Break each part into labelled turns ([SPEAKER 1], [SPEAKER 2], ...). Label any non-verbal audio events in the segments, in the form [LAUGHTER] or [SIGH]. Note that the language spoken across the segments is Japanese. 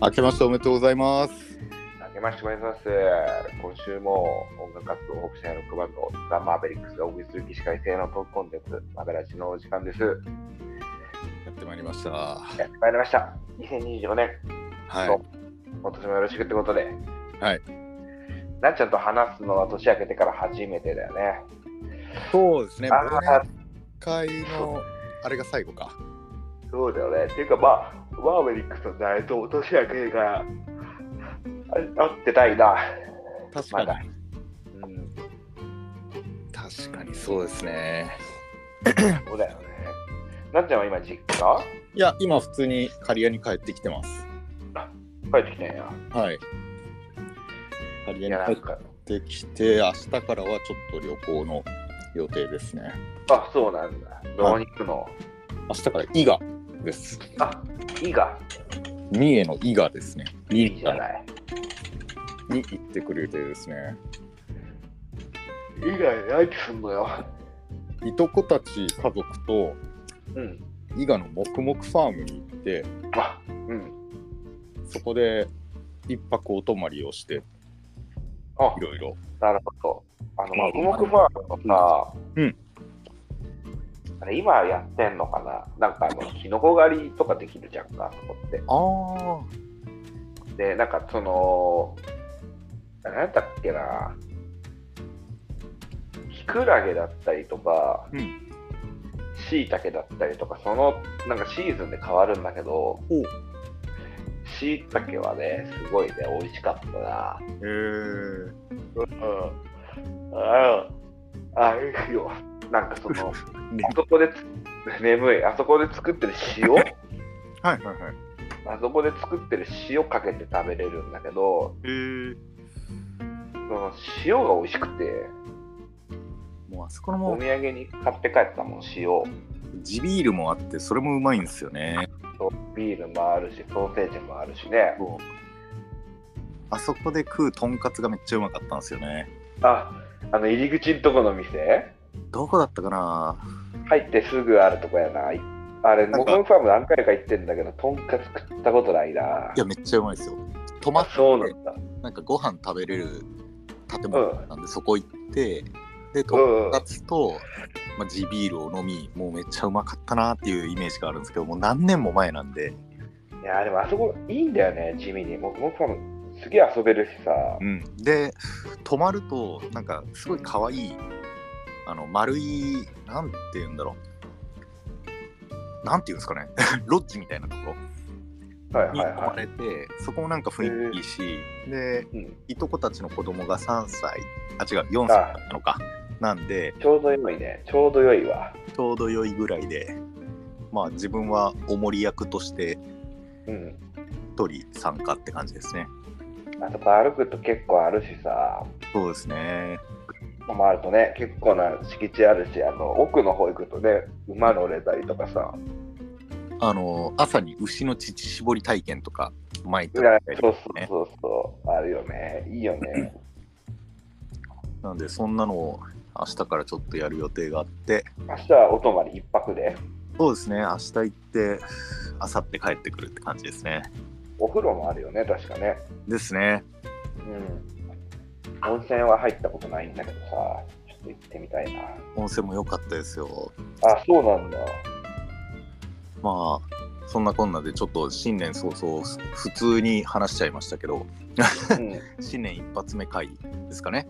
[SPEAKER 1] 明けましておめでとうございます。
[SPEAKER 2] 明けましておめでとうございます。今週も音楽活動を北のロックバンド、ザ・マーベリックスがお送りする起死回生のトークコンテンツ、マベラジのお時間です。
[SPEAKER 1] やってまいりました。は
[SPEAKER 2] やってまいりました。2025年、
[SPEAKER 1] い。
[SPEAKER 2] 今年もよろしくってことで。
[SPEAKER 1] はい。
[SPEAKER 2] なっちゃんと話すのは年明けてから初めてだよね。
[SPEAKER 1] そうですね。
[SPEAKER 2] あ
[SPEAKER 1] 忘
[SPEAKER 2] あ
[SPEAKER 1] 年、会のあれが最後か。
[SPEAKER 2] そうだよね。っていうかまあ、マーベリックスと誰と年明けから、あ会ってたいな。
[SPEAKER 1] 確かに。
[SPEAKER 2] まだ
[SPEAKER 1] うん確かにそうですね。
[SPEAKER 2] そうだよね。なっちゃんは今実家
[SPEAKER 1] いや、今普通に刈谷に帰ってきてます。
[SPEAKER 2] 帰ってきたんや。
[SPEAKER 1] はい。刈
[SPEAKER 2] いや、な
[SPEAKER 1] 谷
[SPEAKER 2] ん
[SPEAKER 1] に帰
[SPEAKER 2] か。
[SPEAKER 1] ってきて、明日からはちょっと旅行の予定ですね。
[SPEAKER 2] あ、そうなんだ。どこに行くの
[SPEAKER 1] 明日から伊賀です。
[SPEAKER 2] あ、いいが。
[SPEAKER 1] 三重の伊賀ですね。
[SPEAKER 2] い
[SPEAKER 1] 伊
[SPEAKER 2] いじゃない。
[SPEAKER 1] に行ってくる予定ですね。
[SPEAKER 2] 以外何すんのよ。
[SPEAKER 1] いとこたち家族と
[SPEAKER 2] うん。
[SPEAKER 1] 伊賀のもくもくファームに行って
[SPEAKER 2] あ、うん。
[SPEAKER 1] そこで一泊お泊まりをして
[SPEAKER 2] あ
[SPEAKER 1] い、ろいろ
[SPEAKER 2] なるほど。あの、
[SPEAKER 1] まあ
[SPEAKER 2] マクモクファームのさ、
[SPEAKER 1] うん。
[SPEAKER 2] あれ、今やってんのかななんかあの、キノコ狩りとかできるじゃんか、そこって。
[SPEAKER 1] あ
[SPEAKER 2] で、なんかその、何やったっけな。キクラゲだったりとか、
[SPEAKER 1] う
[SPEAKER 2] しいたけだったりとか、その、なんかシーズンで変わるんだけど、
[SPEAKER 1] おう
[SPEAKER 2] しいたけはね、すごいね、美味しかったな。
[SPEAKER 1] へえ
[SPEAKER 2] うん。ああ、あいいよ。なんかそ
[SPEAKER 1] [LAUGHS]
[SPEAKER 2] の、あそこでつ、眠い、あそこで作ってる塩 [LAUGHS]
[SPEAKER 1] はいはいはい
[SPEAKER 2] あそこで作ってる塩かけて食べれるんだけど、
[SPEAKER 1] へえ
[SPEAKER 2] その塩が美味しくて、
[SPEAKER 1] もうあそこの
[SPEAKER 2] お
[SPEAKER 1] も
[SPEAKER 2] 土産に買って帰ったもん、塩。
[SPEAKER 1] 地ビールもあってそれもうまいんですよね
[SPEAKER 2] ビールもあるし、ソーセージもあるしね。
[SPEAKER 1] あそこで食うとんかつがめっちゃうまかったんですよね
[SPEAKER 2] あ、あの入り口んとこの店
[SPEAKER 1] どこだったかな
[SPEAKER 2] 入ってすぐあるとこやな。いあれ、
[SPEAKER 1] なんか
[SPEAKER 2] モフンファーム何回か行ってんだけど、とんかつ食ったことないな。
[SPEAKER 1] いやめっちゃうまいですよ泊ま
[SPEAKER 2] あ
[SPEAKER 1] っ、
[SPEAKER 2] そうなんだ。
[SPEAKER 1] なんかご飯食べれる建物だったんで、そこ行ってでと
[SPEAKER 2] うんうん
[SPEAKER 1] かつと、まあ、地ビールを飲みもうめっちゃうまかったなっていうイメージがあるんですけどもう何年も前なんで
[SPEAKER 2] いやーでもあそこいいんだよね地味に僕も多分すげえ遊べるしさ
[SPEAKER 1] うん、で泊まるとなんかすごい可愛いあの丸いなんて言うんだろうなんて言うんですかね [LAUGHS] ロッジみたいなとこ
[SPEAKER 2] は
[SPEAKER 1] ろ
[SPEAKER 2] いはい
[SPEAKER 1] に泊ま
[SPEAKER 2] は
[SPEAKER 1] れて、そこもなんか雰囲気いいし、で
[SPEAKER 2] い、うん、
[SPEAKER 1] いとこたちの子供が3歳あ違う4歳なのかなんで
[SPEAKER 2] ちょうど良いねちょうど良いわ
[SPEAKER 1] ちょうど良いぐらいでまあ自分はおもり役として
[SPEAKER 2] うん
[SPEAKER 1] 1人参加って感じですね
[SPEAKER 2] あそこ歩くと結構あるしさ
[SPEAKER 1] そうですね
[SPEAKER 2] 回るとね結構な敷地あるしあの奥の方行くとね馬乗れたりとかさ
[SPEAKER 1] あの朝に牛の乳搾り体験とか前行った
[SPEAKER 2] い
[SPEAKER 1] みたいで
[SPEAKER 2] やそうそうそうそうあるよねいいよね
[SPEAKER 1] なんでそんなのを明日からちょっとやる予定があって
[SPEAKER 2] 明日はお泊まり一泊で
[SPEAKER 1] そうですね明日行って明後日帰ってくるって感じですね
[SPEAKER 2] お風呂もあるよね確かね
[SPEAKER 1] ですね
[SPEAKER 2] うん温泉は入ったことないんだけどさちょっと行ってみたいな
[SPEAKER 1] 温泉も良かったですよ
[SPEAKER 2] あそうなんだ
[SPEAKER 1] まあそんなこんなでちょっと新年早々普通に話しちゃいましたけど
[SPEAKER 2] うん [LAUGHS]
[SPEAKER 1] 新年一発目会ですかね、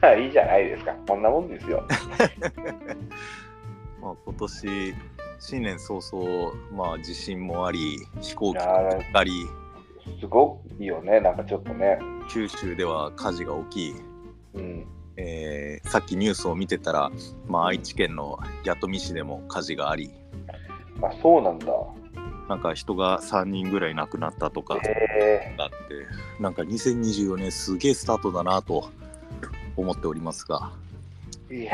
[SPEAKER 2] まあいいじゃないですか。こんなもんですよ。
[SPEAKER 1] まあ、今年新年早々まあ地震もあり飛行機
[SPEAKER 2] いや
[SPEAKER 1] が
[SPEAKER 2] ー
[SPEAKER 1] 飛んだり
[SPEAKER 2] すごいよね。なんかちょっとね。
[SPEAKER 1] 九州では火事が起き
[SPEAKER 2] うん。
[SPEAKER 1] えーさっきニュースを見てたら、まあ、愛知県の弥富市でも火事があり
[SPEAKER 2] あ、そうなんだ。
[SPEAKER 1] なんか人が3人ぐらい亡くなったとか
[SPEAKER 2] え
[SPEAKER 1] があってなんか2024年すげえスタートだなと思っておりますが
[SPEAKER 2] えいや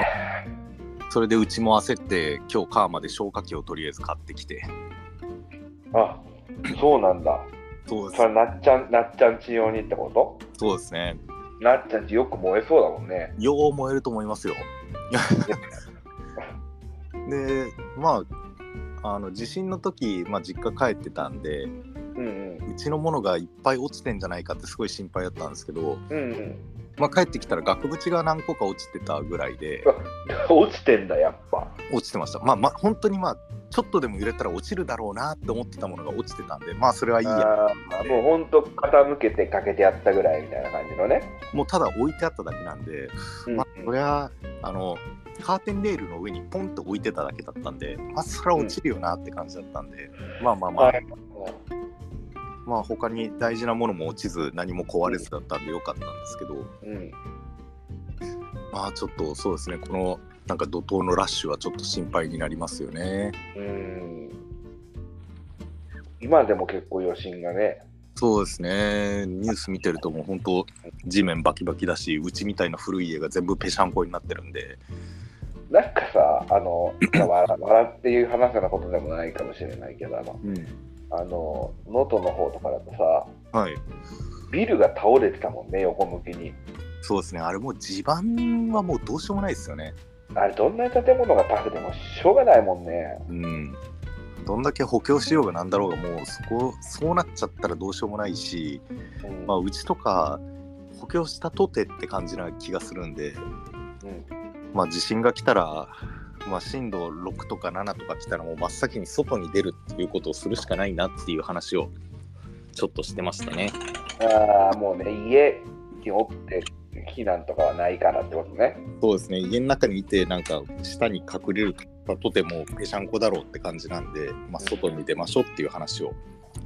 [SPEAKER 1] それでうちも焦って今日川まで消火器をとりあえず買ってきて
[SPEAKER 2] あ、そうなんだ。
[SPEAKER 1] そうです
[SPEAKER 2] それなっちゃん、なっちゃんち用にってこ
[SPEAKER 1] そうですね
[SPEAKER 2] となっちゃんちよく燃えそうだもんね。
[SPEAKER 1] よう燃えると思いますよ。でまああの地震の時、まあ、実家帰ってたんで
[SPEAKER 2] うん
[SPEAKER 1] うちのものがいっぱい落ちてんじゃないかってすごい心配だったんですけど、
[SPEAKER 2] うんうんうん
[SPEAKER 1] まあ、帰ってきたら額縁が何個か落ちてたぐらいで
[SPEAKER 2] うわ [LAUGHS] 落ちてんだやっぱ
[SPEAKER 1] 落ちてましたまあまあ本当にまあちょっとでも揺れたら落ちるだろうなって思ってたものが落ちてたんでまあそれはいいや
[SPEAKER 2] あーもうほんと傾けてかけてやったぐらいみたいな感じのね、
[SPEAKER 1] もうただ置いてあっただけなんで、
[SPEAKER 2] うん
[SPEAKER 1] まあそりゃあのカーテンレールの上にポンと置いてただけだったんでまあそりゃ落ちるよなって感じだったんで、まあまあまあ、
[SPEAKER 2] はい
[SPEAKER 1] まあ他に大事なものも落ちず何も壊れずだったんでよかったんですけど、
[SPEAKER 2] うん
[SPEAKER 1] まあちょっとそうですねこのなんか怒涛のラッシュはちょっと心配になりますよね
[SPEAKER 2] うん今でも結構余震がね
[SPEAKER 1] そうですねニュース見てるともう本当地面バキバキだしうちみたいな古い家が全部ぺしゃんこになってるんで
[SPEAKER 2] なんかさあの笑笑っていう話せなことでもないかもしれないけどあの
[SPEAKER 1] うん
[SPEAKER 2] あの能登の方とかだとさ
[SPEAKER 1] はい
[SPEAKER 2] ビルが倒れてたもんね横向きに
[SPEAKER 1] そうですねあれもう地盤はもうどうしようもないですよね
[SPEAKER 2] あれどんな建物が建ててもしょうがないもんね
[SPEAKER 1] うんどんだけ補強しようがなんだろうがもうそこそうなっちゃったらどうしようもないし
[SPEAKER 2] うん
[SPEAKER 1] まあうちとか補強したとてって感じな気がするんで
[SPEAKER 2] うん
[SPEAKER 1] まあ、地震が来たら、まあ、震度6とか7とか来たらもう真っ先に外に出るっていうことをするしかないなっていう話をちょっとしてましたね。
[SPEAKER 2] ああもうね家におって避難とかはないからってことね
[SPEAKER 1] そうですね家の中にいてなんか下に隠れるとてもぺしゃんこだろうって感じなんで、まあ、外に出ましょうっていう話を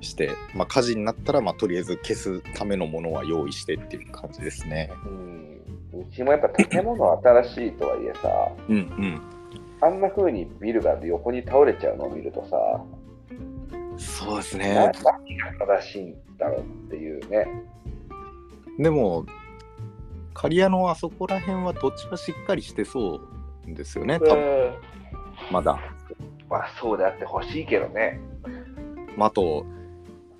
[SPEAKER 1] して、まあ、火事になったら、まあ、とりあえず消すためのものは用意してっていう感じですね。
[SPEAKER 2] うんうちもやっぱ建物新しいとはいえさ
[SPEAKER 1] うんうん
[SPEAKER 2] あんな風にビルが横に倒れちゃうのを見るとさ、
[SPEAKER 1] そうです
[SPEAKER 2] な
[SPEAKER 1] ね
[SPEAKER 2] 何が正しいんだろうっていうね。
[SPEAKER 1] でも刈谷のあそこら辺は土地はしっかりしてそうですよね多分まだ。
[SPEAKER 2] まあそうであってほしいけどね。
[SPEAKER 1] まあ、あと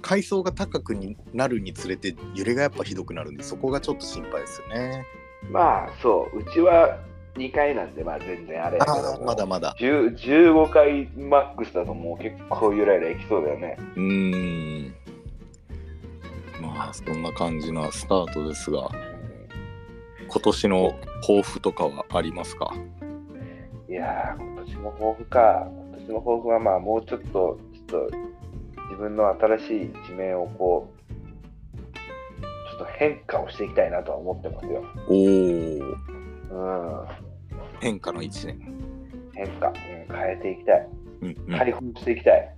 [SPEAKER 1] 階層が高くになるにつれて揺れがやっぱひどくなるんでそこがちょっと心配ですよね。
[SPEAKER 2] まあそう、うちは2階なんで、まあ全然あれやけど
[SPEAKER 1] ああまだまだ。
[SPEAKER 2] 10 15階マックスだともう結構ゆらゆらいきそうだよね。
[SPEAKER 1] うーん。まあそんな感じなスタートですが今年の抱負とかはありますか
[SPEAKER 2] いやー、今年の抱負か。今年の抱負はまあもうちょっと、ちょっと自分の新しい一面をこう、ちょっと変化をしていきたいなとは思ってますよ。
[SPEAKER 1] おお
[SPEAKER 2] うん。
[SPEAKER 1] 変化の1年。
[SPEAKER 2] 変化、うん、変えていきたい、
[SPEAKER 1] うんうん
[SPEAKER 2] 開放していきたい、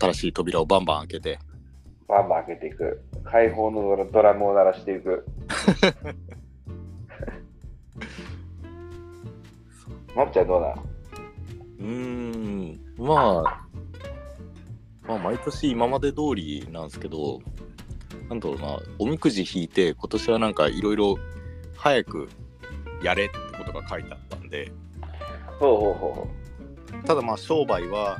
[SPEAKER 1] 新しい扉をバンバン開けて
[SPEAKER 2] バンバン開けていく、開放のドラドラムを鳴らして
[SPEAKER 1] [LAUGHS]
[SPEAKER 2] いく。まっちゃんどうなの
[SPEAKER 1] うーん、まあ、まあ、毎年今まで通りなんですけど、なんだろうな、おみくじ引いて、今年はなんかいろいろ早くやれってことが書いてあったんで、
[SPEAKER 2] ほうほうほうほ
[SPEAKER 1] ただまあ、商売は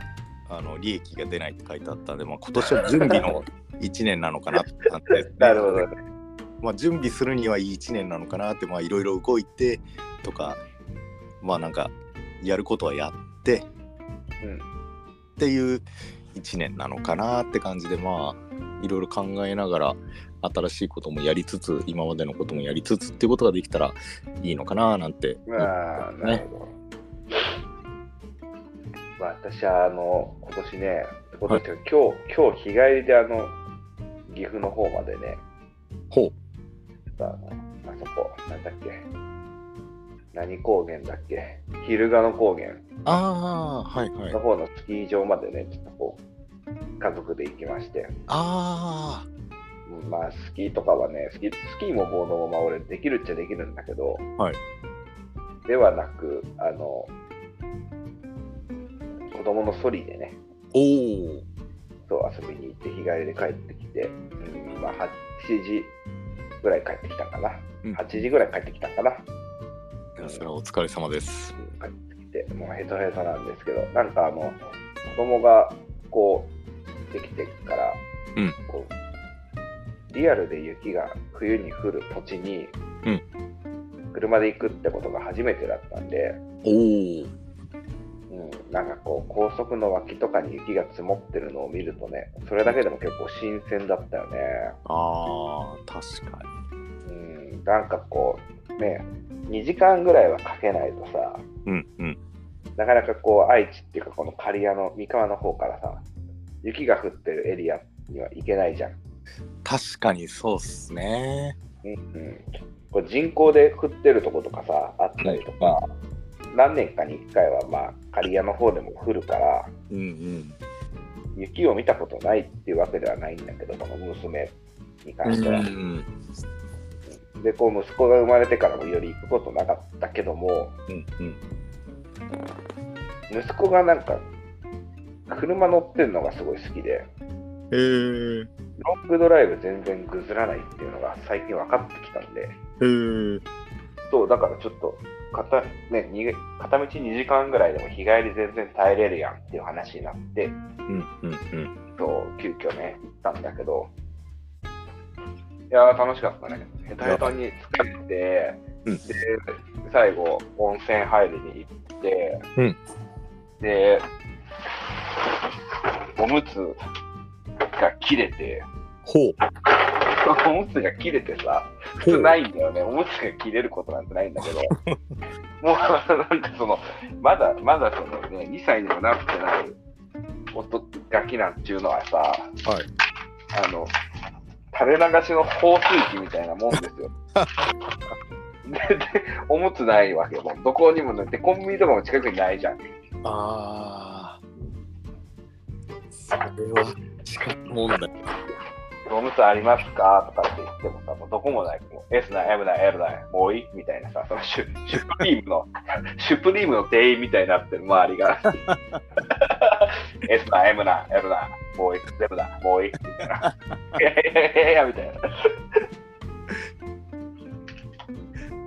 [SPEAKER 1] あの利益が出ないって書いてあったんで、まあ、今年は準備の1年なのかなって感じです、ね
[SPEAKER 2] う。 [LAUGHS] なるほど。
[SPEAKER 1] まあ、準備するにはいい1年なのかなって、まあ、いろいろ動いてとか、まあ、なんか、やることはやって、
[SPEAKER 2] うん
[SPEAKER 1] っていう1年なのかなって感じでまあいろいろ考えながら新しいこともやりつつ今までのこともやりつつっていうことができたらいいのかななんて、
[SPEAKER 2] まあ、なるほど。まあ、私は、あの、今年ね、今年というか今日、今日日帰りで、あの、岐阜の方までね、
[SPEAKER 1] ほ
[SPEAKER 2] あのあそこ、なんだっけ、何高原だっけ、昼賀の高原
[SPEAKER 1] うああはいはい
[SPEAKER 2] の方のスキー場までね、ちょっとこう、家族で行きまして、
[SPEAKER 1] あ
[SPEAKER 2] うんまあ、スキーとかはね、スキースキーもボードも、まあ、俺、できるっちゃできるんだけど、
[SPEAKER 1] はい
[SPEAKER 2] ではなく、あの、子供のソリでね、
[SPEAKER 1] ーおお
[SPEAKER 2] そう遊びに行って、日帰りで帰ってきて、うん、まあ、8時ぐらい帰ってきたかな。
[SPEAKER 1] うん
[SPEAKER 2] 8時ぐらい帰ってきたかな。
[SPEAKER 1] それはお疲れ様です
[SPEAKER 2] 帰ってきて、もうヘトヘトなんですけど、なんかあの、子供がこう、できてから、
[SPEAKER 1] うん
[SPEAKER 2] こうリアルで雪が冬に降る土地に、
[SPEAKER 1] うん
[SPEAKER 2] 車で行くってことが初めてだったんで、
[SPEAKER 1] おお
[SPEAKER 2] うん、なんかこう、高速の脇とかに雪が積もってるのを見るとね、それだけでも結構新鮮だったよね。
[SPEAKER 1] あー、確か
[SPEAKER 2] うん、なんかこう、ね、2時間ぐらいはかけないとさ、
[SPEAKER 1] に。うんうん。
[SPEAKER 2] なかなかこう、愛知っていうか、この刈谷の三河の方からさ、雪が降ってるエリアには行けないじゃん。
[SPEAKER 1] 確かにそうっすね。
[SPEAKER 2] うんうん、これ人工で降ってるとことかさ、あったりとか、何年かに1回は、まあ、刈谷の方でも降るから、
[SPEAKER 1] うんうん。
[SPEAKER 2] 雪を見たことないっていうわけではないんだけど、この娘に関しては。
[SPEAKER 1] うん
[SPEAKER 2] で、こう息子が生まれてからもより行くことなかったけども、
[SPEAKER 1] うん。
[SPEAKER 2] 息子がなんか、車乗ってるのがすごい好きで、
[SPEAKER 1] えー、
[SPEAKER 2] ロングドライブ全然ぐずらないっていうのが最近分かってきたんで、
[SPEAKER 1] えー、
[SPEAKER 2] そう、だからちょっと片、ね、に片道2時間ぐらいでも日帰り全然耐えれるやんっていう話になって、
[SPEAKER 1] うんうんうん。
[SPEAKER 2] そう急遽ね、行ったんだけど、いやー、楽しかったね。ヘタヘタに作って、
[SPEAKER 1] うん
[SPEAKER 2] で、最後、温泉入りに行って、
[SPEAKER 1] うん
[SPEAKER 2] で、おむつが切れて、 [LAUGHS]
[SPEAKER 1] ほう。
[SPEAKER 2] おむつが切れてさ、普
[SPEAKER 1] ほ
[SPEAKER 2] 通
[SPEAKER 1] う。
[SPEAKER 2] ないんだよね、おむつが切れることなんてないんだけ
[SPEAKER 1] [LAUGHS]
[SPEAKER 2] ど、もうなんかその、まだまだそのね、2歳にもなってない音ガキなんていうのはさ、
[SPEAKER 1] はい
[SPEAKER 2] あの、垂れ流しの放水器みたいなもんです
[SPEAKER 1] [LAUGHS]
[SPEAKER 2] よ。で、でおむつないわけよ、もうどこにも塗って、コンビニとかも近くにないじゃん。
[SPEAKER 1] あー。それは、しかも問題。
[SPEAKER 2] おむつありますかとかって言ってもさ、もうどこもない、もう S ない、M ない、L ない、もういいみたいなさ、そのシュシュプリームの、 [LAUGHS] シュプリームの店員みたいになってる周り
[SPEAKER 1] [LAUGHS]
[SPEAKER 2] が。S ない、M ない、L ない、もういい、全部だ、もういい、みたいな。いやいやいやいや、みたいな。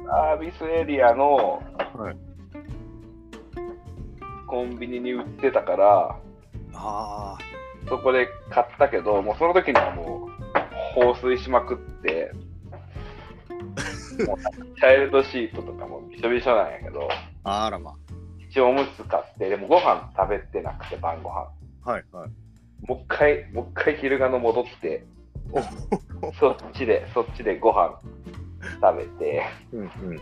[SPEAKER 2] サービスエリアの
[SPEAKER 1] はい
[SPEAKER 2] コンビニに売ってたから、
[SPEAKER 1] あ
[SPEAKER 2] そこで買ったけど、もうその時にはもう放水しまくって、もうチャイルドシートとかもびしょびしょなんやけど、
[SPEAKER 1] ー。あらま。
[SPEAKER 2] 一応おむつ買って、でもご飯食べてなくて、晩ご飯
[SPEAKER 1] はいはい。
[SPEAKER 2] もう一回、もう一回昼がの戻って、そっちで、そっちでご飯食べて、
[SPEAKER 1] うんうん。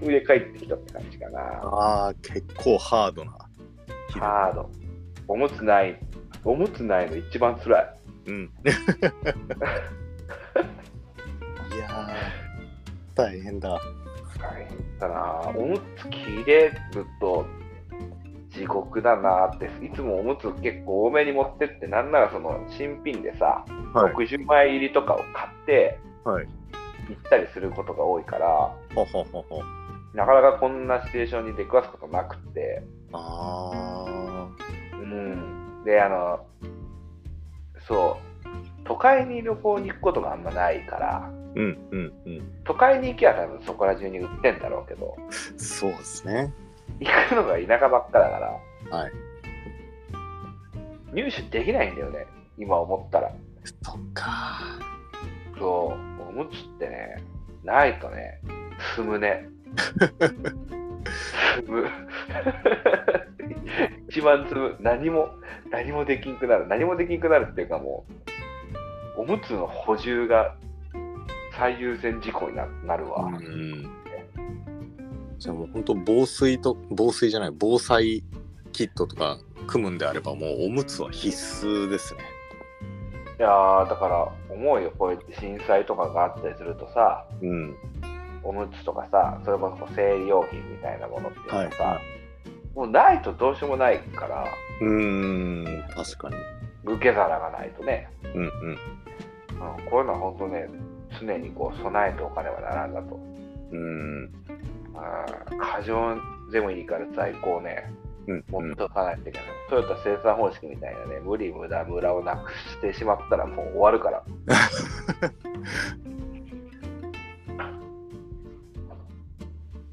[SPEAKER 2] 上帰ってきたって感じかな。
[SPEAKER 1] ああ、結構ハードな。
[SPEAKER 2] ハード。おむつない、おむつないの一番辛い。
[SPEAKER 1] うん。いやー、大変だ。
[SPEAKER 2] 大変だなぁおむつ切れると地獄だなぁっていつもおむつ結構多めに持ってってなんならその新品でさ、
[SPEAKER 1] はい
[SPEAKER 2] 60枚入りとかを買って
[SPEAKER 1] はい
[SPEAKER 2] 行ったりすることが多いから
[SPEAKER 1] ほほほほ。
[SPEAKER 2] なかなかこんなシチュエーションに出くわすことなくって
[SPEAKER 1] あ
[SPEAKER 2] うんであのそう都会に旅行に行くことがあんまないから
[SPEAKER 1] ー。うんうんうん。
[SPEAKER 2] 都会に行きゃ多分そこら中に売ってんだろうけど
[SPEAKER 1] そうですね。
[SPEAKER 2] 行くのが田舎ばっかだから
[SPEAKER 1] はい。
[SPEAKER 2] 入手できないんだよね今思ったら
[SPEAKER 1] そっか
[SPEAKER 2] そうおむつってねないとね済
[SPEAKER 1] [LAUGHS]
[SPEAKER 2] むね済む [LAUGHS] 一番積む何も何もできんくなる何もできんくなるっていうかもうおむつの補充が最優先事項にななるわ、
[SPEAKER 1] うん。じゃあもう本当防水と、防水じゃない、防災キットとか組むんであれば、もうおむつは必須ですね。
[SPEAKER 2] いやーだから思うよこうやって震災とかがあったりするとさ
[SPEAKER 1] うん。
[SPEAKER 2] おむつとかさそれこそ生理用品みたいなものっていうのはさ、
[SPEAKER 1] は
[SPEAKER 2] もうないとどうしようもないから
[SPEAKER 1] うーん、確かに。
[SPEAKER 2] 受け皿がないとね、
[SPEAKER 1] うんうん。
[SPEAKER 2] うん、こういうのは本当ね常にこう備えておかねばならんだと、
[SPEAKER 1] うん。
[SPEAKER 2] うん、過剰でもいいから在庫をね
[SPEAKER 1] うん
[SPEAKER 2] 持っておかないといけない、トヨタ生産方式みたいなね無理無駄無駄をなくしてしまったらもう終わるから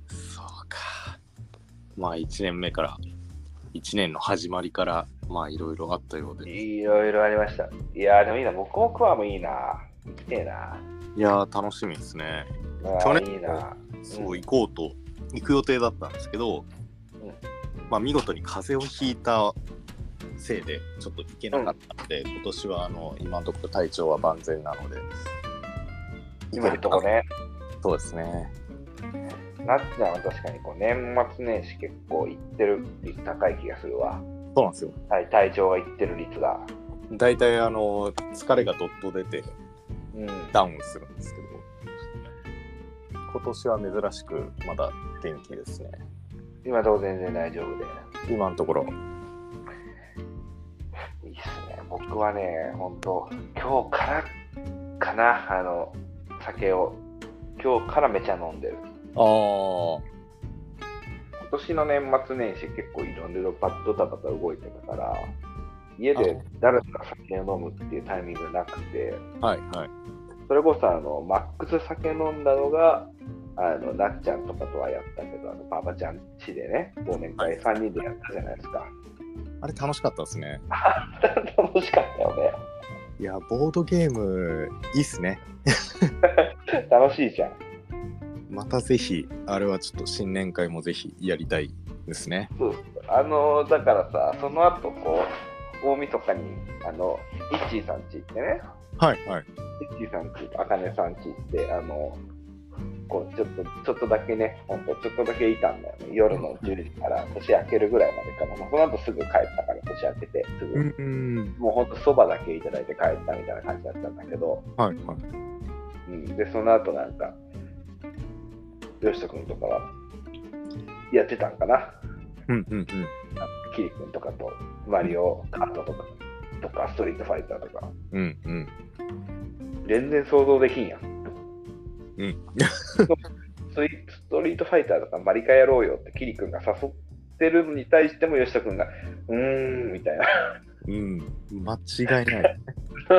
[SPEAKER 1] そうか。まあ1年目から、1年の始まりから、まあいろいろあったようで。
[SPEAKER 2] いろいろありましたいやーでもいいな僕もクワもいいな行きてえない
[SPEAKER 1] やー、楽しみですね。
[SPEAKER 2] あー
[SPEAKER 1] 去年
[SPEAKER 2] いいな
[SPEAKER 1] そう、行こうと、行く予定だったんですけど、
[SPEAKER 2] うん
[SPEAKER 1] まあ、見事に風邪をひいたせいでちょっと行けなかったので、今年はあの今のところ体調は万全なので
[SPEAKER 2] 今のとこね、
[SPEAKER 1] そうですね
[SPEAKER 2] なっちゃんは確かにこう年末年始結構行ってる率高い気がするわ。
[SPEAKER 1] そうなんですよ
[SPEAKER 2] はい、体調がいってる率が。
[SPEAKER 1] 大体あの疲れがどっと出て
[SPEAKER 2] うん。
[SPEAKER 1] ダウンするんですけど今年は珍しくまだ元気ですね
[SPEAKER 2] 今でも全然大丈夫で。
[SPEAKER 1] 今のところ
[SPEAKER 2] いいっすね。僕はね、本当今日からかな、あの、酒を。今日からめちゃ飲んでる。
[SPEAKER 1] ああ
[SPEAKER 2] 今年の年末年始結構いろいろバッドタバタ動いてたから、家で誰か酒を飲むっていうタイミングなくて、
[SPEAKER 1] はいはい
[SPEAKER 2] それこそあのマックス酒飲んだのがあのなっちゃんとかとはやったけどあのババちゃんちでね忘年会3人でやったじゃないですか [LAUGHS]
[SPEAKER 1] あれ楽しかったですね
[SPEAKER 2] 楽しかったよね
[SPEAKER 1] いやボードゲームいいっすね
[SPEAKER 2] 楽しいじゃん
[SPEAKER 1] またぜひあれはちょっと新年会もぜひやりたいですね
[SPEAKER 2] そうあのだからさその後こう大晦日にあのイッチーさんち行ってね
[SPEAKER 1] はいはい
[SPEAKER 2] イッチーさんちあかねさんち行ってあのこうちょっとちょっとだけね、ほんとちょっとだけいたんだよね。夜の10時から年明けるぐらいまでかな。まあ、その後すぐ帰ったから年明けて、すぐ
[SPEAKER 1] ん
[SPEAKER 2] もうほんとそばだけいただいて帰ったみたいな感じだったんだけど、
[SPEAKER 1] はいはい
[SPEAKER 2] うん、で、その後なんか、よしとくんとかはやってたんかな。
[SPEAKER 1] うんうんうん
[SPEAKER 2] キリ君とかとマリオカートとか、とかストリートファイターとか、
[SPEAKER 1] うんうん
[SPEAKER 2] 全然想像できんやん。 [LAUGHS]
[SPEAKER 1] うん
[SPEAKER 2] ストリストリートファイターとかマリカやろうよってキリ君が誘ってるのに対してもよしとくんが、うーん、みたいな。 [LAUGHS]
[SPEAKER 1] うん間違い [LAUGHS] ない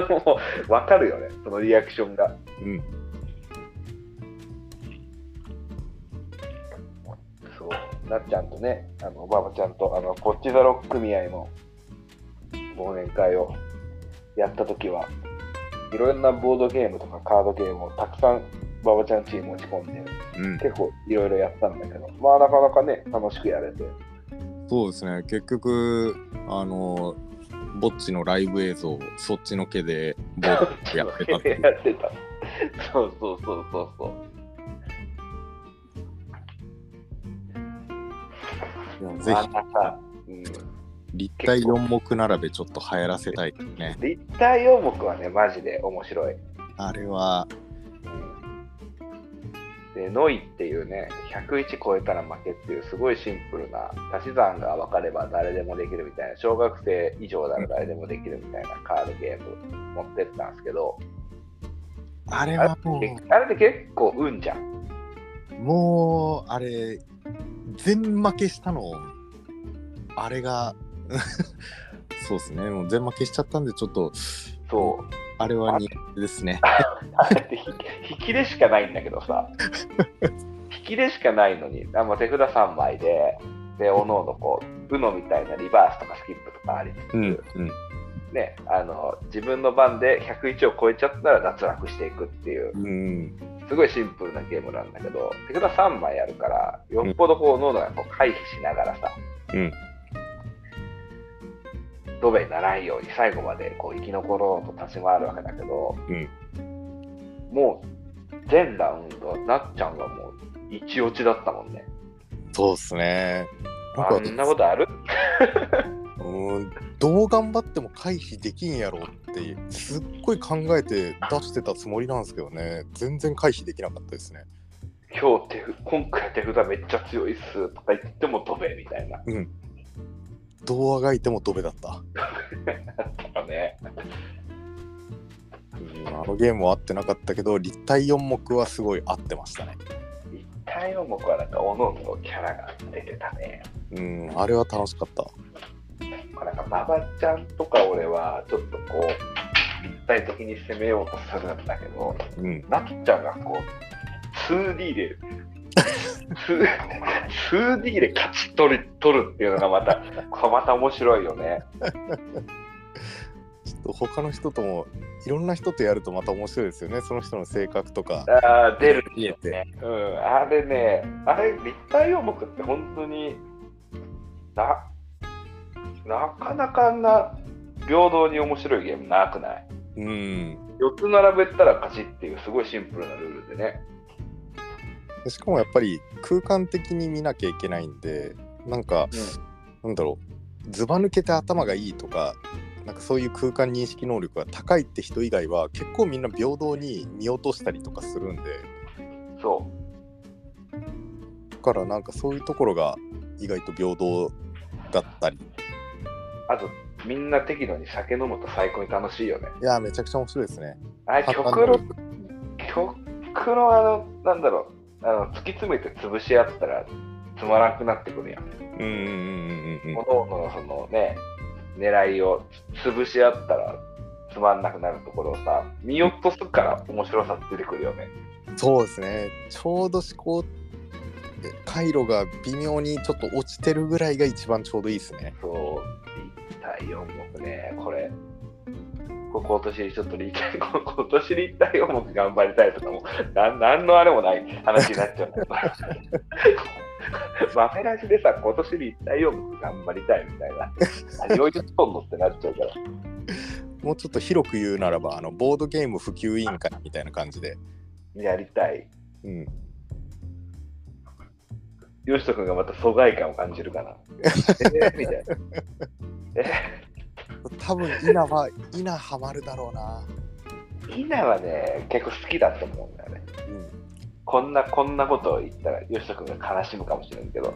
[SPEAKER 2] もうわかるよね、そのリアクションが。
[SPEAKER 1] うん
[SPEAKER 2] そう、なっちゃんとね、あの、ばばちゃんと、あの、こっちザロック組合も、忘年会をやったときは、いろんなボードゲームとかカードゲームをたくさん、ばばちゃんチーム持ち込んで、
[SPEAKER 1] うん
[SPEAKER 2] 結構いろいろやったんだけど、まあなかなかね、楽しくやれて。
[SPEAKER 1] そうですね結局あのぼっちのライブ映像をそっちのけでボードゲームやってたって [LAUGHS] いう
[SPEAKER 2] [LAUGHS] やってた。そうそうそうそうそう。
[SPEAKER 1] ぜ
[SPEAKER 2] ま
[SPEAKER 1] ひ
[SPEAKER 2] たさ、うん、
[SPEAKER 1] 立体四目並べちょっと流行らせたいですね
[SPEAKER 2] 立体要目はね、マジで面白い。
[SPEAKER 1] あれは
[SPEAKER 2] で、ノイっていうね、101超えたら負けっていう、すごいシンプルな、足し算が分かれば誰でもできるみたいな、小学生以上なら誰でもできるみたいなカードゲーム持ってったんですけど、
[SPEAKER 1] あれ
[SPEAKER 2] あ
[SPEAKER 1] はも
[SPEAKER 2] れあれって結構運じゃん。
[SPEAKER 1] うもうあれ全負けしたのあれが [LAUGHS] そうですねもう全負けしちゃったんでちょっと
[SPEAKER 2] そう。
[SPEAKER 1] あれは苦手ですね
[SPEAKER 2] あれってひ引きでしかないんだけどさ引きでしかないのにあもう手札3枚ででおのおのこう UNO みたいなリバースとかスキップとかありつつ、
[SPEAKER 1] うんうん
[SPEAKER 2] ね、あの自分の番で101を超えちゃったら脱落していくっていう
[SPEAKER 1] うん
[SPEAKER 2] すごいシンプルなゲームなんだけど手札3枚あるからよっぽどこうおのおのがこう回避しながらさ、
[SPEAKER 1] うん
[SPEAKER 2] ドベにならんように最後までこう生き残ろうと立ち回るわけだけど、
[SPEAKER 1] うん
[SPEAKER 2] もう全ラウンドなっちゃんがもう一落ちだったもんね
[SPEAKER 1] そうですねなん
[SPEAKER 2] あ
[SPEAKER 1] か
[SPEAKER 2] んなことある
[SPEAKER 1] うーんどう頑張っても回避できんやろってすっごい考えて出してたつもりなんですけどね全然回避できなかったですね
[SPEAKER 2] 今日手札今回手札めっちゃ強いっすとか言ってもドベみたいな
[SPEAKER 1] どうあがいてもドベだった、
[SPEAKER 2] とかね
[SPEAKER 1] うんあのゲームは合ってなかったけど立体四目はすごい合ってましたね
[SPEAKER 2] 一体の僕はなんかおのおののキャラが出てたね
[SPEAKER 1] うんあれは楽しかった
[SPEAKER 2] なんか馬場ちゃんとか俺はちょっとこう立体的に攻めようとするんだけど
[SPEAKER 1] うん
[SPEAKER 2] なっちゃんがこう 2D で 2- 2D で勝ち取る取るっていうのがまたこれまた面白いよね
[SPEAKER 1] ちょっと他の人ともいろんな人とやるとまた面白いですよねその人の性格とか
[SPEAKER 2] あー出る
[SPEAKER 1] 見えて
[SPEAKER 2] ねうんあれねあれ立体要目って本当にな、なかなかあんな平等に面白いゲームなくない
[SPEAKER 1] うん。
[SPEAKER 2] ?4 つ並べたら勝ちっていうすごいシンプルなルールでね。
[SPEAKER 1] でしかもやっぱり空間的に見なきゃいけないんでなんか、なんだろうずば抜けて頭がいいとかなんかそういう空間認識能力が高いって人以外は結構みんな平等に見落としたりとかするんで
[SPEAKER 2] そ。
[SPEAKER 1] だからなんかそういうところが意外と平等だったりいう
[SPEAKER 2] あと、みんな適度に酒飲むと最高に楽しいよね。
[SPEAKER 1] やーめちゃくちゃ面白いですね。
[SPEAKER 2] あれ、
[SPEAKER 1] あ
[SPEAKER 2] 極論、極論あの、なんだろう、あの突き詰めて潰し合ったらつまらなくなってくるやん。
[SPEAKER 1] うんうんうんうんうん
[SPEAKER 2] 各々のそのね狙いを潰し合ったらつまんなくなるところをさ見落とすから面白さ出てくるよね
[SPEAKER 1] そうですねちょうど思考え回路が微妙にちょっと落ちてるぐらいが一番ちょうどいいですね。
[SPEAKER 2] そう1対4目ねこれこ今年ちょっと立体 [LAUGHS] こ今年立体4目頑張りたいとかもなんなんのあれもない話になっちゃう [LAUGHS] マフェラジでさ今年立体4目頑張りたいみたいな何を言っとんのってなっちゃうから
[SPEAKER 1] もうちょっと広く言うならばあのボードゲーム普及委員会みたいな感じで、
[SPEAKER 2] やりたい
[SPEAKER 1] うん、
[SPEAKER 2] よしとくんがまた疎外感を感じるかな。えー、みたいな。え
[SPEAKER 1] 多分稲は稲ハマるだろうな、
[SPEAKER 2] ー、イナはね、結構好きだと思うんだよね。
[SPEAKER 1] う
[SPEAKER 2] こんな、こんなことを言ったら、よしとくんが悲しむかもしれんけど、
[SPEAKER 1] ん、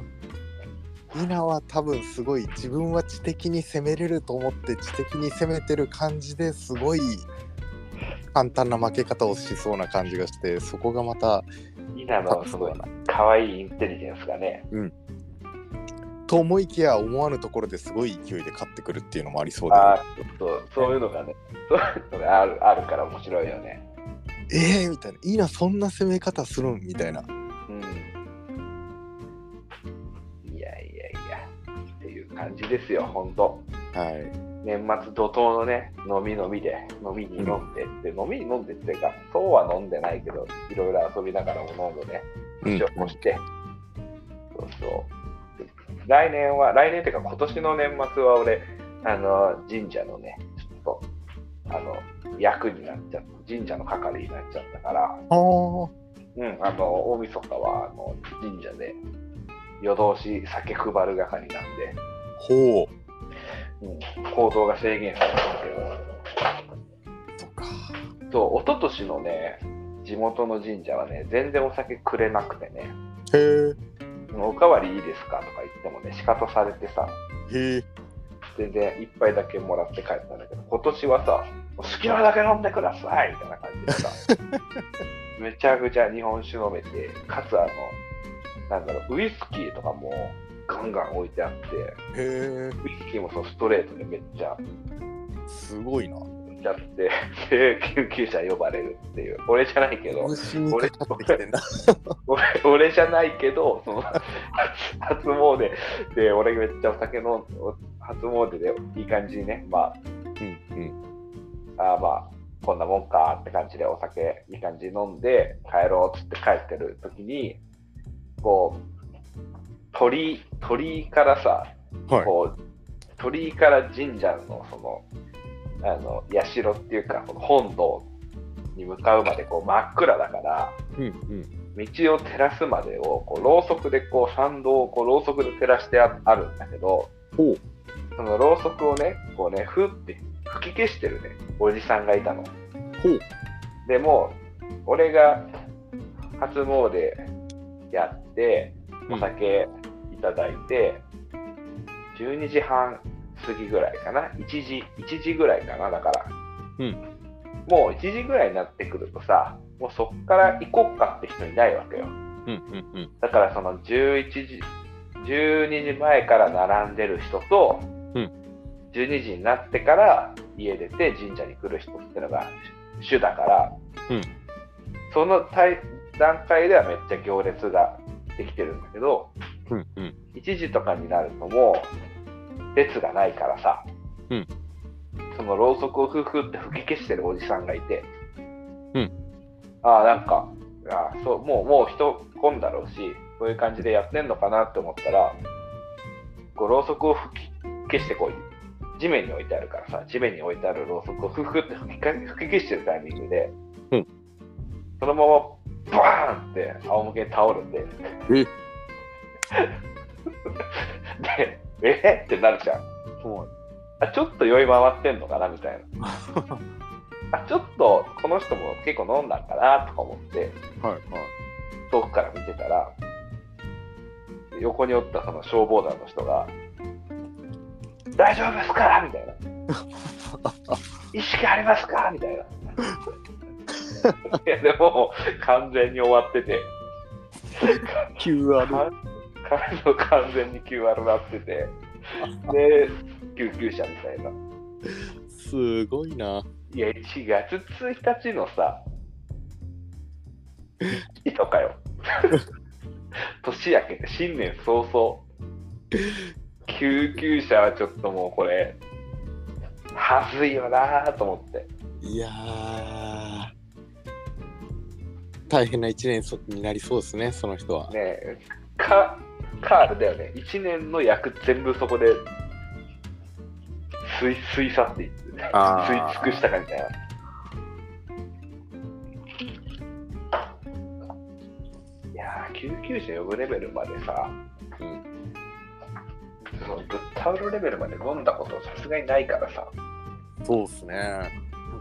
[SPEAKER 1] 稲は多分すごい自分は知的に攻めれると思って知的に攻めてる感じですごい簡単な負け方をしそうな感じがしてそこがまた
[SPEAKER 2] イナのすごい可愛いインテリジェンスがね、
[SPEAKER 1] と思いきや思わぬところですごい勢いで勝ってくるっていうのもありそうで
[SPEAKER 2] ああ、ちょっと、そういうのがね、そういうのがあるあるから面白いよね。
[SPEAKER 1] えー、みたいな稲そんな攻め方するんみたいな
[SPEAKER 2] うん。いやいやいや、っていう感じですよ、ほんと。
[SPEAKER 1] はい
[SPEAKER 2] 年末怒涛のね、飲み飲みで、飲みに飲んでって、飲みに飲んでっていうか、そうは飲んでないけど、いろいろ遊びながらも飲んでね、
[SPEAKER 1] うん
[SPEAKER 2] 年を越して、そうそう。来年は、来年っていうか今年の年末は俺、あの、神社のね、ちょっと、あの、役になっちゃった、神社の係になっちゃったから、
[SPEAKER 1] あー
[SPEAKER 2] うん、あの、大晦日は、あの、神社で、夜通し酒配る係なんで、
[SPEAKER 1] ほう
[SPEAKER 2] うん、行動が制限されるんで
[SPEAKER 1] そ
[SPEAKER 2] すけど、
[SPEAKER 1] っか
[SPEAKER 2] そう、一昨年のね、地元の神社はね、全然お酒くれなくてね、
[SPEAKER 1] へ
[SPEAKER 2] おかわりいいですかとか言ってもね、仕方されてさ、
[SPEAKER 1] えへえ
[SPEAKER 2] 全然一杯だけもらって帰ったんだけど、今年はさ、お好きなだけ飲んでくださいみたいな感じでさ、めちゃくちゃ日本酒飲めて、かつあの、なんだろう、ウイスキーとかもガンガン置いてあって、
[SPEAKER 1] へえ
[SPEAKER 2] ウイスキーもそうストレートでめっちゃ
[SPEAKER 1] すごいな
[SPEAKER 2] 置いてあって、 [LAUGHS] で、救急車呼ばれるっていう、俺じゃないけど、
[SPEAKER 1] 虫にかかってきてんだ
[SPEAKER 2] 俺 [LAUGHS] 俺じゃないけど、その初初詣で、俺めっちゃお酒飲んお初詣でいい感じにね、ま
[SPEAKER 1] うんうん
[SPEAKER 2] あ、あーまあ、こんなもんかって感じでお酒いい感じに飲んで帰ろうっつって帰ってる時に、こう、鳥居、鳥居からさ、
[SPEAKER 1] はい
[SPEAKER 2] こう、鳥居から神社のその、あの、社っていうか、この本堂に向かうまでこう真っ暗だから、
[SPEAKER 1] うんうん
[SPEAKER 2] 道を照らすまでをこうろうそくでこう参道をこうろうそくで照らしてああるんだけど
[SPEAKER 1] ほう
[SPEAKER 2] そのろうそくをねこうねふって吹き消してるねおじさんがいたの
[SPEAKER 1] ほう
[SPEAKER 2] でも俺が初詣やってお酒いただいて、12時半過ぎぐらいかな1時1時ぐらいかなだから、
[SPEAKER 1] うん
[SPEAKER 2] もう1時ぐらいになってくるとさもうそっから行こっかって人いないわけよ
[SPEAKER 1] うんうんうん
[SPEAKER 2] だからその11時、12時前から並んでる人と、
[SPEAKER 1] うん
[SPEAKER 2] 12時になってから家出て神社に来る人ってのが主だから、
[SPEAKER 1] うん
[SPEAKER 2] その対段階ではめっちゃ行列ができてるんだけど、
[SPEAKER 1] うんうん
[SPEAKER 2] 1時とかになるともう列がないからさ、
[SPEAKER 1] うん
[SPEAKER 2] そのろうそくをふふって吹き消してるおじさんがいて、
[SPEAKER 1] うん
[SPEAKER 2] ああなんかあーそうもうもう人混んだろうしそういう感じでやってんのかなって思ったらこうろうそくを吹き消してこう地面に置いてあるからさ地面に置いてあるろうそくをふふって吹きか吹き消してるタイミングで、
[SPEAKER 1] うん
[SPEAKER 2] そのままバーンって仰向けに倒るんで
[SPEAKER 1] え
[SPEAKER 2] でえってなるじゃんあちょっと酔い回ってんのかなみたいなあちょっとこの人も結構飲んだんかなとか思って
[SPEAKER 1] はいはい。
[SPEAKER 2] 遠くから見てたら横におったその消防団の人が「大丈夫ですか?」みたいな「意識ありますか?」みたいないやでも完全に終わってて
[SPEAKER 1] QR。
[SPEAKER 2] 完完完全に QR なっててで救急車みたいな
[SPEAKER 1] すごいな。
[SPEAKER 2] いや1月1日のさ人かよ [LAUGHS] 年明けて新年早々救急車はちょっともうこれはずいよなぁと思って
[SPEAKER 1] いやー。大変な一年そになりそうですね、その人は。
[SPEAKER 2] ねえかカールだよね1年の役全部そこで吸い吸い去っていって
[SPEAKER 1] あー
[SPEAKER 2] 吸い尽くしたかみたいな「いやー救急車呼ぶレベルまでさ、
[SPEAKER 1] うん
[SPEAKER 2] そのぶっ倒るレベルまで飲んだことさすがにないからさ
[SPEAKER 1] そうですね。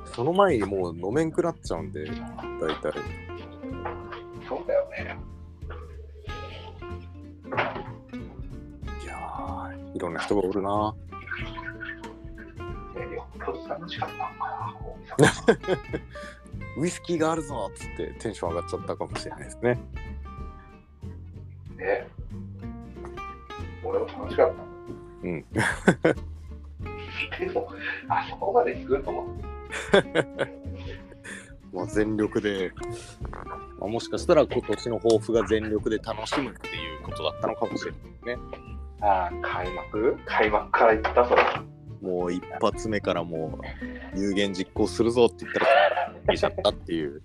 [SPEAKER 1] その前にもう飲めんくなっちゃうんで、大体。
[SPEAKER 2] そうだよね
[SPEAKER 1] いやー、いろんな人がおるな。
[SPEAKER 2] でよっぽど楽しかったのか
[SPEAKER 1] ウイスキーがあるぞっつってテンション上がっちゃったかもしれないですね。
[SPEAKER 2] なね俺も楽しかった
[SPEAKER 1] うん。
[SPEAKER 2] でもあそこまで作ると思って
[SPEAKER 1] もう全力で、まあ、もしかしたら今年の抱負が全力で楽しむっていうことだったのかもしれない。
[SPEAKER 2] ああ開幕開幕から行ったそれ
[SPEAKER 1] もう一発目からもう有言実行するぞって言ったら、見ちゃったっていう。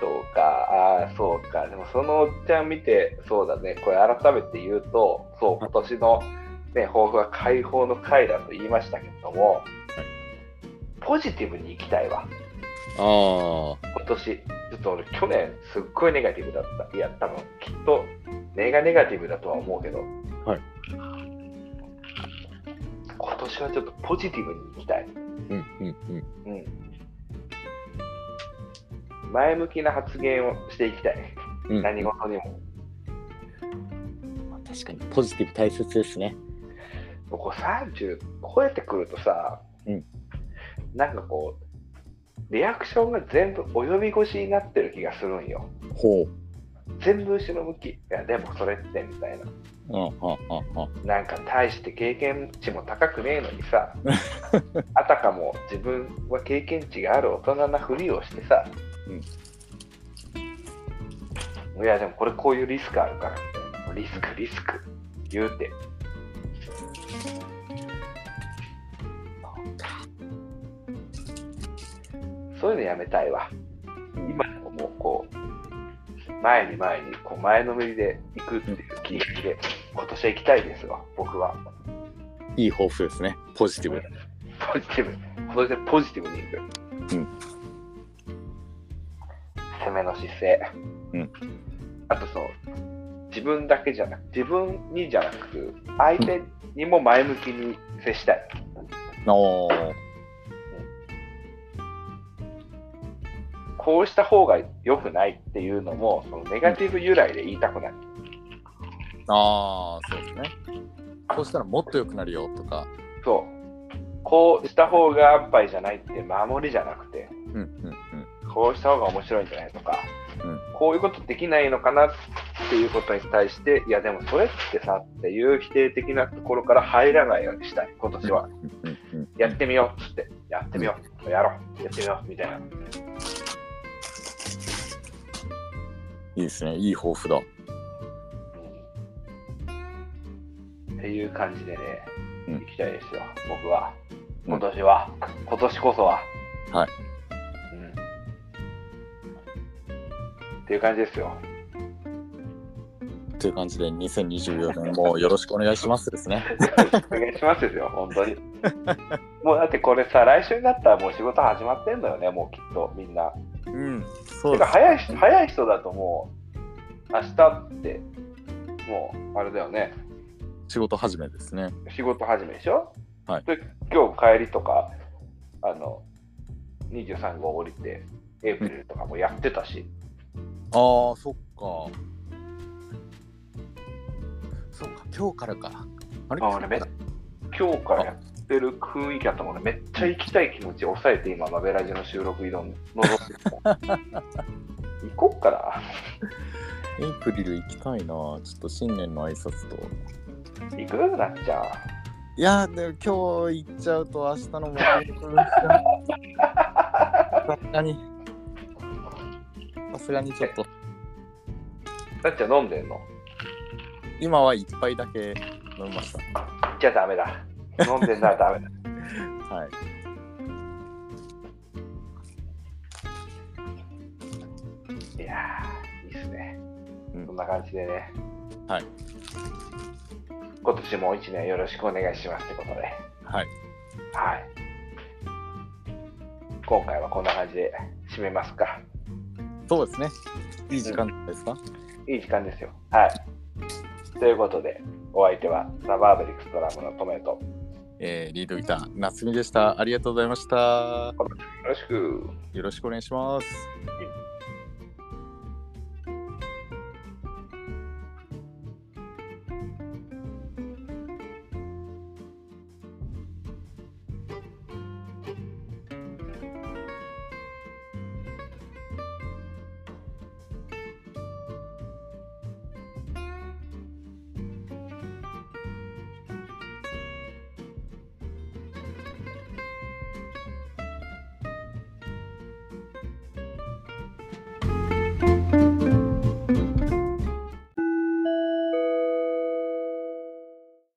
[SPEAKER 2] そうか、ああ、そうか、でもそのおっちゃん見て、そうだね、これ改めて言うと、そう、今年の、ね、抱負は解放の回だと言いましたけども、ポジティブに行きたいわ、
[SPEAKER 1] あ
[SPEAKER 2] 今年。ちょっと俺、去年、すっごいネガティブだった。いや、多分きっと、ネガネガティブだとは思うけど、
[SPEAKER 1] はい
[SPEAKER 2] 今年はちょっとポジティブに行きたい。
[SPEAKER 1] あ、うんうんうん。
[SPEAKER 2] うん、前向きな発言をしていきたい、
[SPEAKER 1] うん
[SPEAKER 2] 何事にも。
[SPEAKER 1] 確かにポジティブ大切ですね。
[SPEAKER 2] 僕30超えてくるとさ、
[SPEAKER 1] うん
[SPEAKER 2] なんかこうリアクションが全部及び腰になってる気がするんよ
[SPEAKER 1] ほう。
[SPEAKER 2] 全部後ろ向きいやでもそれってみたいな
[SPEAKER 1] うんうんうんうん。
[SPEAKER 2] なんか大して経験値も高くねえのにさあたかも自分は経験値がある大人なふりをしてさ、いやでもこれこういうリスクあるからみたいなリスクリスク言うてそういうのやめたいわ今でももうこう前に前にこう前のめりで行くっていう気持ちで今年は行きたいですわ僕はい
[SPEAKER 1] い抱負ですね。ポジティブ。
[SPEAKER 2] ポジティブ今年でポジティブに行く、
[SPEAKER 1] うん
[SPEAKER 2] 攻めの姿勢、
[SPEAKER 1] うん
[SPEAKER 2] あとその自分だけじゃなく自分にじゃなく相手にも前向きに接したい、
[SPEAKER 1] お
[SPEAKER 2] こうした方が良くないっていうのもそのネガティブ由来で言いたくない、
[SPEAKER 1] ああ、そうですね。そうしたらもっと良くなるよとか。
[SPEAKER 2] そうこうした方が安牌じゃないって守りじゃなくて
[SPEAKER 1] うんうん
[SPEAKER 2] こうした方が面白いんじゃないとか、
[SPEAKER 1] うん
[SPEAKER 2] こういうことできないのかなっていうことに対して、いやでもそれってさっていう否定的なところから入らないようにしたい、今年は。
[SPEAKER 1] うんうんうん。
[SPEAKER 2] やってみようっつって、やってみよう、やろう、やってみようみたいな。
[SPEAKER 1] いいですね。いい抱負だ。
[SPEAKER 2] うんっていう感じでね、
[SPEAKER 1] うん
[SPEAKER 2] 行きたいですよ、僕は。
[SPEAKER 1] うん
[SPEAKER 2] 今年は、今年こそは。
[SPEAKER 1] はい。
[SPEAKER 2] うん。っていう感じですよ。
[SPEAKER 1] という感じで、2024年もよろしくお願いしますですね。
[SPEAKER 2] お願いしますですよ、本当に。もうだってこれさ、来週になったらもう仕事始まってんのよね、もうきっとみんな。
[SPEAKER 1] うん、そ
[SPEAKER 2] て
[SPEAKER 1] うで
[SPEAKER 2] か
[SPEAKER 1] す。
[SPEAKER 2] 早い人早い人だともう、明日って、もうあれだよね、
[SPEAKER 1] 仕事始めですね。
[SPEAKER 2] 仕事始めでしょ、
[SPEAKER 1] はい
[SPEAKER 2] で今日帰りとか、あの23号降りて、エイプリルとかもやってたし、
[SPEAKER 1] ああ、そっか。そっか、今日からか。あれ
[SPEAKER 2] あ俺めっ今日からやってる雰囲気あったもんね、めっちゃ行きたい気持ちを抑えて、今、マベラジの収録移
[SPEAKER 1] [LAUGHS]
[SPEAKER 2] 動のぞってるもん行こっかな。
[SPEAKER 1] エイプリル行きたいな。ちょっと新年の挨拶と。
[SPEAKER 2] 行くなっちゃ
[SPEAKER 1] いやー、でも今日行っちゃうと明日のも。さすがに。さすがにちょっと。
[SPEAKER 2] う。なっちゃん飲んでんの
[SPEAKER 1] 今は一杯だけ飲みました。
[SPEAKER 2] じゃダメだ。飲んでんならダ
[SPEAKER 1] [LAUGHS]
[SPEAKER 2] メだ。
[SPEAKER 1] はい。
[SPEAKER 2] いやー、いいっすね。
[SPEAKER 1] うん
[SPEAKER 2] そんな感じでね。
[SPEAKER 1] はい。
[SPEAKER 2] 今年も一年よろしくお願いしますってことで。はい。
[SPEAKER 1] はい。
[SPEAKER 2] 今回はこんな感じで締めますか。
[SPEAKER 1] そうですね。いい時間ですか、
[SPEAKER 2] いい時間ですよ。はい。ということで、お相手はザ・バーベリックストラムのトメと。よ
[SPEAKER 1] えーリードギター、夏美でした。ありがとうございました。
[SPEAKER 2] ろしく。
[SPEAKER 1] よろしくお願いします。
[SPEAKER 2] い